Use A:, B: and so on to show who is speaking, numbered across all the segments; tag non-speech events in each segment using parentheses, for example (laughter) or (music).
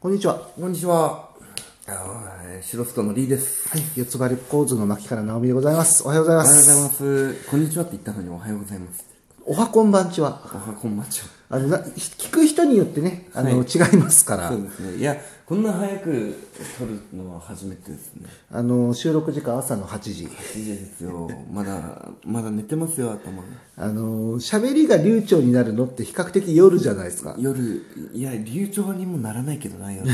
A: こんにちは。
B: こんにちは。あー白須のリーです。
A: はい。四つ葉緑構図の巻から直美でございます。おはようござい
B: お
A: ま
B: はようござい
A: す。
B: ます。こんにちはって言ったのにおはようございます。
A: おはこんばんちは。
B: おはこんばんちは。
A: あの、な聞く人によってね、あの、
B: は
A: 違いますから
B: そう、ですね。いや、こんな早く撮るのは初めてですね。
A: あの、収録時間朝の8時。
B: いいですよ。まだ、まだ寝てますよ、頭が。
A: あの、喋りが流暢になるのって比較的夜じゃないですか。
B: 夜、いや、流暢にもならないけどな、夜。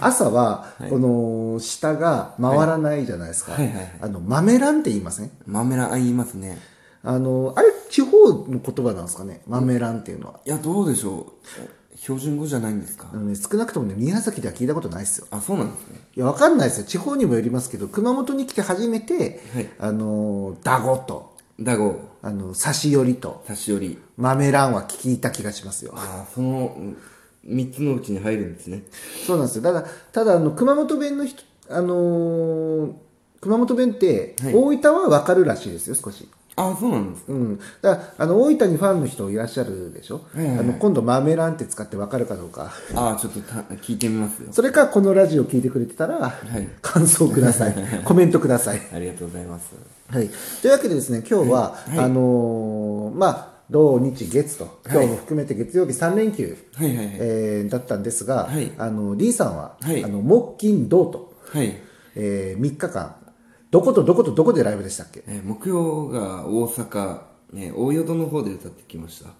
A: 朝は、この、下が回らないじゃないですか
B: はいはいはい。
A: あの、豆蘭って言いません
B: 豆らあ言い (laughs) ますね。
A: あの、あれ、地方の言葉なんですかね豆蘭っていうのは。
B: いや、どうでしょう。標準語じゃないんですか
A: あ。のね、少なくともね、宮崎では聞いたことないですよ。
B: あ、そうなんですね。
A: いや、わかんないですよ。地方にもよりますけど、熊本に来て初めて、
B: はい
A: あの、ダゴと、
B: だご、
A: あの、差し寄りと、
B: 差し寄り。
A: 豆蘭は聞いた気がしますよ。
B: あーその、うん三つのうちに入るんですね。
A: そうなんですよ。ただ、ただ、あの、熊本弁の人、あのー熊本弁って、
B: はい
A: 大分はわかるらしいですよ、少し。
B: あーそうなんですか。
A: うん。だから、あの、大分にファンの人いらっしゃるでしょ、
B: はいはいはい
A: あの、今度、豆蘭って使ってわかるかどうか。
B: ああ、ちょっとた聞いてみますよ。
A: それか、このラジオ聞いてくれてたら、
B: い
A: 感想くださ
B: (laughs)
A: い。コメントください。
B: ありがとうございます。
A: はい、というわけでですね今日は、あのーまあ土日月と今日も含めて月曜日3連休、
B: はいはいはい。
A: えーだったんですが、
B: はい
A: あのリーさんは、
B: はい
A: あの木金土と、
B: はい。
A: え3日間どことどことどこでライブでしたっけ
B: えー木曜が大阪、ね、大淀の方で歌ってきました。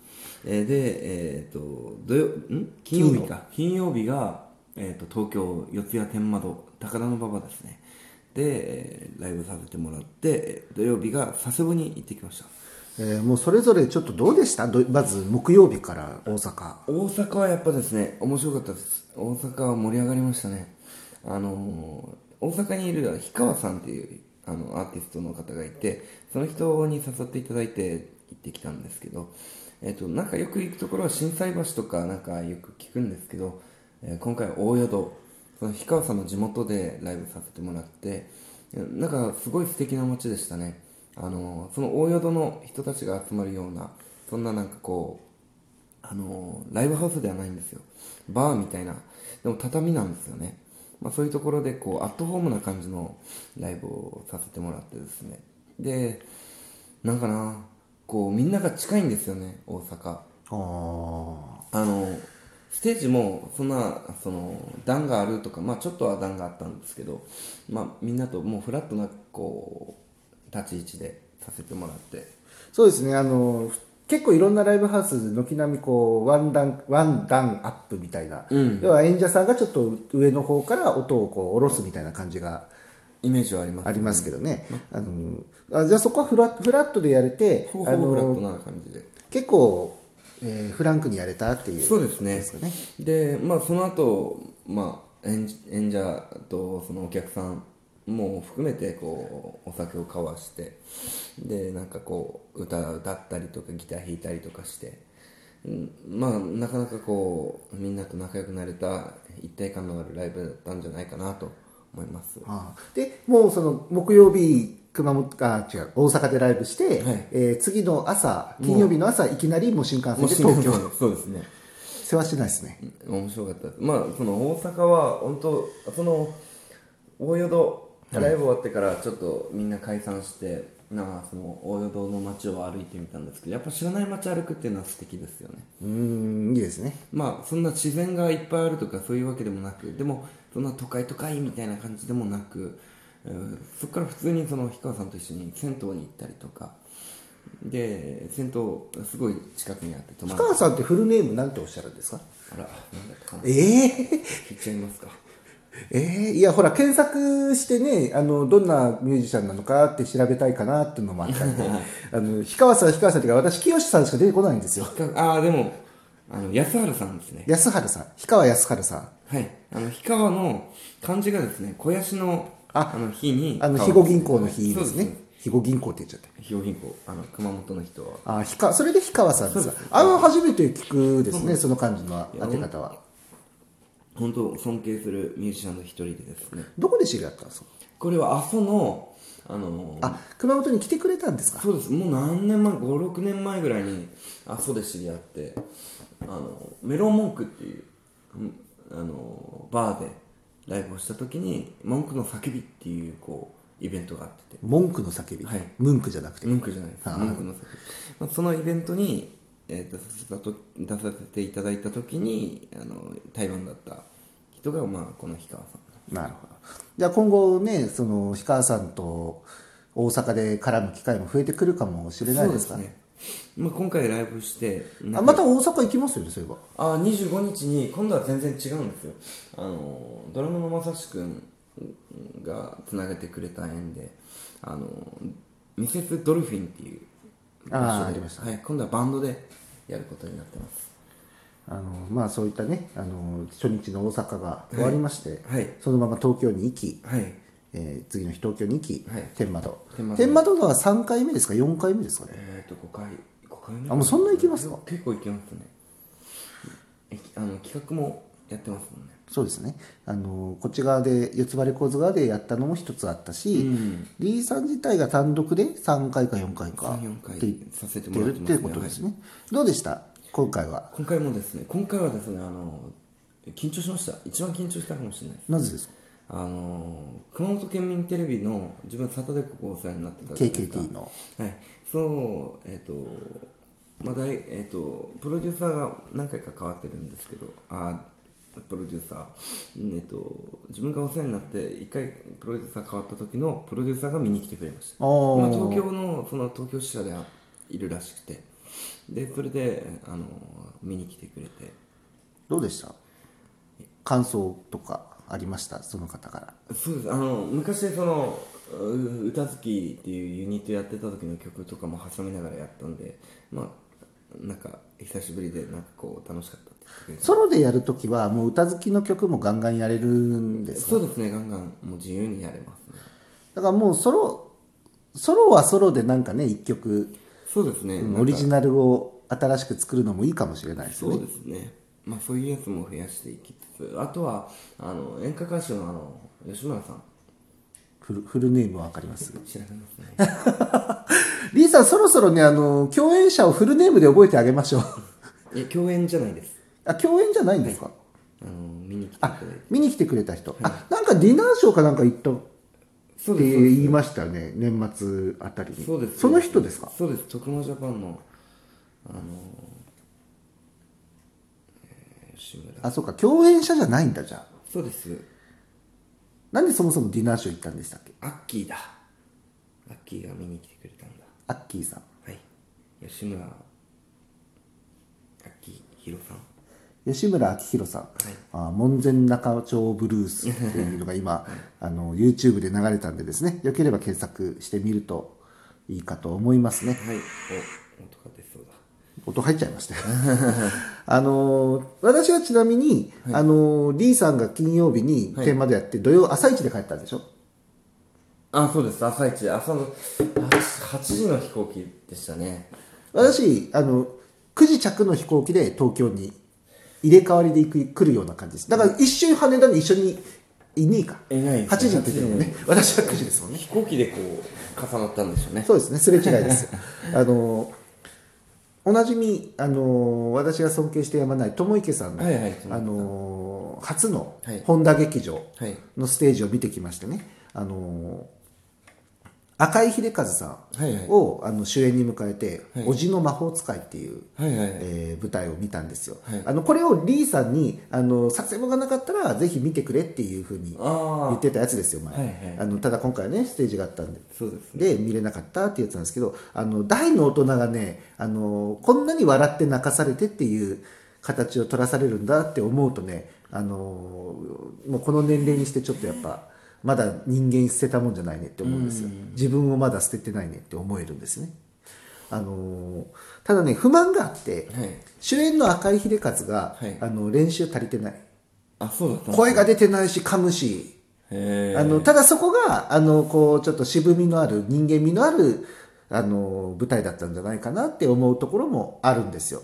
B: えーで、えっ、と、土曜、ん金曜日か。金曜日が、えっ、と、東京、四谷天窓、高田の馬場ですね。で、えーライブさせてもらって、えー土曜日が佐世保に行ってきました。
A: えーもうそれぞれちょっとどうでしたどまず木曜日から大阪
B: 大阪はやっぱですね面白かったです大阪は盛り上がりましたねあのー大阪にいる氷川さんっていうあのアーティストの方がいてその人に誘っていただいて行ってきたんですけど、えっとなんかよく行くところは心斎橋とかなんかよく聞くんですけど、えー今回は大淀その氷川さんの地元でライブさせてもらってなんかすごい素敵な街でしたねあのーその大淀の人たちが集まるようなそんななんかこうあのーライブハウスではないんですよ。バーみたいな。でも畳なんですよね。まあそういうところで、こう、アットホームな感じのライブをさせてもらってですね。で、なんかな、こう、みんなが近いんですよね、大阪。
A: あー
B: あのステージもそんなその段があるとか、まあ、ちょっとは段があったんですけど、まあ、みんなともうフラットなこう立ち位置でさせてもらって
A: そうですねあの結構いろんなライブハウス軒並みこうワンダンワンダンアップみたいな、
B: うん
A: 要は演者さんがちょっと上の方から音をこう下ろすみたいな感じが
B: イメージはあります
A: ありますけどね、あのあじゃあそこはフラフラットでやれて
B: ほぼ
A: あ
B: ほぼフラット
A: の
B: な感じで
A: 結構、えーフランクにやれたっていう
B: そうですね
A: ですかね
B: でまあその後、まあ演じ演者とそのお客さんも含めてこうお酒を交わしてでなんかこう歌歌ったりとかギター弾いたりとかして、うん、まあなかなかこうみんなと仲良くなれた一体感のあるライブだったんじゃないかなと思います
A: ああでもうその木曜日熊本あ違う大阪でライブして、
B: はい
A: えー次の朝金曜日の朝いきなりもう新幹線で東京
B: 京そうですね
A: 世話してないですね
B: 面白かったですまあその大阪は本当その大淀ライブ終わってからちょっとみんな解散して、なあその大淀の街を歩いてみたんですけどやっぱ知らない街歩くっていうのは素敵ですよね
A: うーんいいですね
B: まあそんな自然がいっぱいあるとかそういうわけでもなくでもそんな都会都会みたいな感じでもなく、うんそこから普通にその氷川さんと一緒に銭湯に行ったりとかで銭湯すごい近くにあって泊ま
A: 氷
B: る
A: 川さんってフルネームなんておっしゃるんですか
B: あらなんだったかな
A: ええ
B: 言っちゃいますか
A: ええいやほら検索してねあのどんなミュージシャンなのかって調べたいかなっていうのもあったんであの氷川さん氷川さんっていうか私清さんしか出てこないんですよ
B: ああでもあの安原さんですね
A: 安春さん氷川安春さん
B: はいあの氷川の漢字がですね肥やしの
A: あ
B: あの日に
A: あの
B: 川
A: 肥後銀行の日
B: そ
A: で
B: う
A: すね肥後銀行って言っちゃった
B: 肥後銀行あの熊本の人は
A: あ氷川それで氷川さんですかあの初めて聞くですねその感じの当て方は
B: 本当尊敬するミュージシャンの一人でですね
A: どこで知り合ったんですか
B: これは阿蘇のあのー
A: あ熊本に来てくれたんですか
B: そうですもう何年前56年前ぐらいに阿蘇で知り合ってあのメロン文句っていううんあのバーでライブをした時に「文句の叫び」っていうこうイベントがあってて
A: 文句の叫び、
B: はい
A: ムンクじゃなくて、
B: 文句じゃないです
A: あー
B: 文句の叫び、まあ、そのイベントに、えー出させたと出させていただいた時にあの台湾だった人が、まあ、この氷川さん
A: なるほどじゃあ今後ねその氷川さんと大阪で絡む機会も増えてくるかもしれないですから
B: ね、まあ、今回ライブして
A: あまた大阪行きますよねそういえば
B: あ25日に今度は全然違うんですよあのドラムのまさしくんがつなげてくれた縁であのミセスドルフィンっていう
A: あー
B: 場所で
A: ありました
B: はい、今度はバンドでやることになってます
A: あのまあそういったねあの初日の大阪が終わりまして、
B: はい
A: そのまま東京に行き、
B: はい
A: えー次の日東京に行き、
B: はい
A: 天窓
B: 天窓
A: 天窓のは3回目ですか4回目ですかね
B: えっ、と5回5回目
A: あもうそんな行きますか
B: 結構行きますねえあの企画もやってますもんね
A: そうですねあのこっち側で四つ葉レコーズ側でやったのも一つあったし、
B: ん
A: リーさん自体が単独で3回か4回か
B: 3 4回
A: って言って
B: させてもらっ
A: る
B: て
A: っ
B: ま
A: て
B: すね
A: いうことですね、どうでした今回は
B: 今回もですね今回はですねあの緊張しました一番緊張したかもしれないです
A: なぜですか
B: あの熊本県民テレビの自分サタデーここお世話になってたじゃないですか
A: KKT の
B: はいそうえっ、とまあ大えっ、とプロデューサーが何回か変わってるんですけどあプロデューサーうんえっ、と自分がお世話になって一回プロデューサー変わった時のプロデューサーが見に来てくれました
A: あー
B: まあ東京のその東京支社でいるらしくてでそれであの見に来てくれて
A: どうでした感想とかありましたその方から
B: そうですあの昔そのう歌好きっていうユニットやってた時の曲とかも挟みながらやったんでまあなんか久しぶりでなんかこう楽しかったって言ってくれて
A: ソロでやるときはもう歌好きの曲もガンガンやれるんですか
B: そうですねガンガンもう自由にやれますね
A: だからもうソロソロはソロでなんかね一曲
B: そうですね、
A: うん
B: なん
A: オ
B: か
A: リジナルを新しく作るのもいいかもしれないです
B: そう
A: ね
B: ですねまあそういうやつも増やしていきつつあとはあの演歌歌手のあの吉村さん
A: フルフルネームはわかります
B: 知らないですね
A: リーさんそろそろねあの共演者をフルネームで覚えてあげましょう
B: いや共演じゃないです
A: あ共演じゃないんですか、
B: あの見に来ていただいて
A: 見に来てくれた人、あなんかディナーショーかなんか行ったって言いましたよね年末あたりに
B: そうです
A: その人ですか
B: そうです徳間ジャパンのあのえー吉村
A: あそうか共演者じゃないんだじゃあ
B: そうです
A: なんでそもそもディナーショー行ったんでしたっけ
B: アッキーだアッキーが見に来てくれたんだ
A: アッキーさん
B: はい吉村アッキーヒロさん
A: 吉村明宏さん、あ門前仲町ブルースっていうのが今あの YouTube で流れたんでですねよければ検索してみるといいかと思いますね
B: はいお音が出そうだ
A: 音入っちゃいましたよ (laughs) あのー私はちなみに、あのー、D さんが金曜日に
B: はい
A: 天までやって、土曜朝一で帰ったんでしょ
B: あそうです朝一朝の8時の飛行機でしたね
A: 私あの9時着の飛行機で東京に入れ替わりで行く来るような感じですだから一瞬羽田に一緒にいねえか
B: いないです
A: 8時って言ってもんね私は9時ですもんね
B: 飛行機でこう重なったんでしょうね
A: そうですね、すれ違いです。
B: (laughs)
A: あの、おなじみ、あの、私が尊敬してやまない、友池さんの、
B: はいはい
A: あの、初の
B: はい
A: 本田劇場
B: はい
A: のステージを見てきましてね、あの、赤井秀和さ
B: はいはい
A: んを、あの主演に迎えて、
B: はい
A: おじの魔法使いっていう、
B: はいはいはい
A: えー舞台を見たんですよ、
B: はい
A: あのこれをリーさんにあの撮影もがなかったらぜひ見てくれっていうふうに
B: ああ
A: 言ってたやつですよ前、
B: はいはい
A: あのただ今回はねステージがあったんで
B: そうです
A: で見れなかったってやつなんですけどあの大の大人がねあのこんなに笑って泣かされてっていう形を取らされるんだって思うとねあのもうこの年齢にしてちょっとやっぱまだ人間捨てたもんじゃないねって思うんですよ自分をまだ捨ててないねって思えるんですねあのただね不満があって、
B: はい
A: 主演の赤井秀和が、
B: はい
A: あの練習足りてない
B: あそうだったんですね
A: 声が出てないし噛むし
B: へ
A: あのただそこがあのこうちょっと渋みのある人間味のあるあの舞台だったんじゃないかなって思うところもあるんですよ、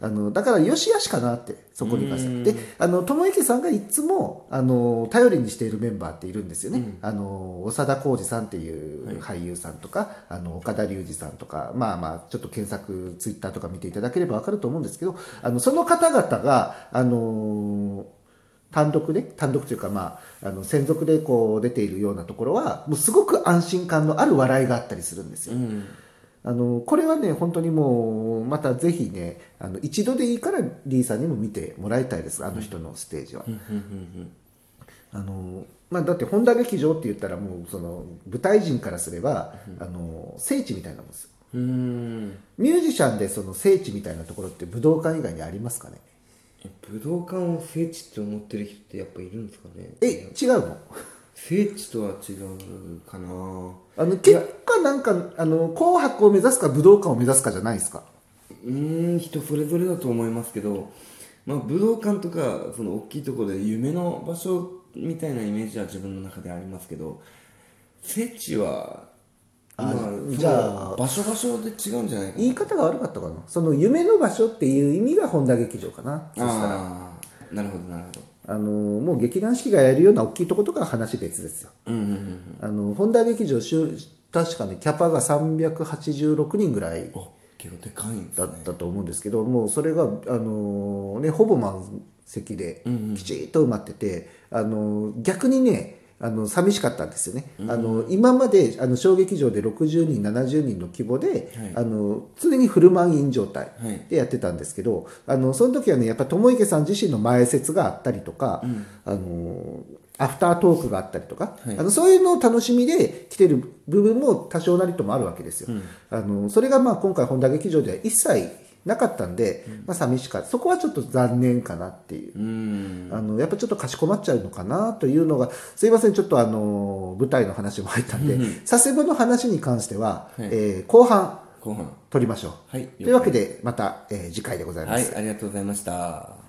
A: あのだからよしあしかなってそこに関してはであの友池さんがいつもあの頼りにしているメンバーっているんですよね、あの長田浩二さんっていう俳優さんとか、あの岡田隆二さんとかまあまあちょっと検索ツイッターとか見ていただければ分かると思うんですけどあのその方々があの単独で、単独というか、まあ、あの、専属でこう出ているようなところは、もうすごく安心感のある笑いがあったりするんですよ。あの、これはね、本当にもう、またぜひね、あの、一度でいいから、リーさんにも見てもらいたいです、あの人のステージは。あのまあ、だって本田劇場って言ったらもうその舞台人からすれば、あの聖地みたいなもんですよ
B: うーん
A: ミュージシャンでその聖地みたいなところって武道館以外にありますかね
B: 武道館を聖地って思ってる人ってやっぱいるんですかね
A: え違うの
B: 聖地とは違うかな
A: あの結果なんかあの紅白を目指すか武道館を目指すかじゃないですか
B: うーん人それぞれだと思いますけど、まあ、武道館とかその大きいところで夢の場所みたいなイメージは自分の中でありますけど聖地は
A: あ
B: 今
A: じゃあ
B: 場所場所で違うんじゃないかな
A: 言い方が悪かったかなその夢の場所っていう意味が本田劇場かなそしたら
B: ああーなるほどなるほど
A: あのもう劇団四季がやるような大きいとことかは話別ですよ
B: うんうんうん
A: あの本田劇場週確かねキャパが386人ぐらい
B: お結構でかいんです
A: だ
B: ね
A: ったと思うんですけど、もうそれが、あのーね、ほぼ満席できちっと埋まってて、あのー逆にねあの寂しかったんですよね、あの今まであの小劇場で60人70人の規模で、
B: はい
A: あの常にフル満員状態
B: はい
A: でやってたんですけど、あのその時はねやっぱ友池さん自身の前説があったりとか、あのアフタートークがあったりとか、
B: はい
A: あのそういうのを楽しみで来てる部分も多少なりともあるわけですよ。あのそれがまあ今回本田劇場では一切なかったんで、まあ寂しかったそこはちょっと残念かなっていう
B: うーん
A: あのやっぱちょっとかしこまっちゃうのかなというのがすいませんちょっとあの舞台の話も入ったんで佐世保の話に関しては、
B: はい
A: えー後半
B: 後半
A: 取りましょう。
B: はい
A: というわけでまた、えー次回でございます。
B: はいありがとうございました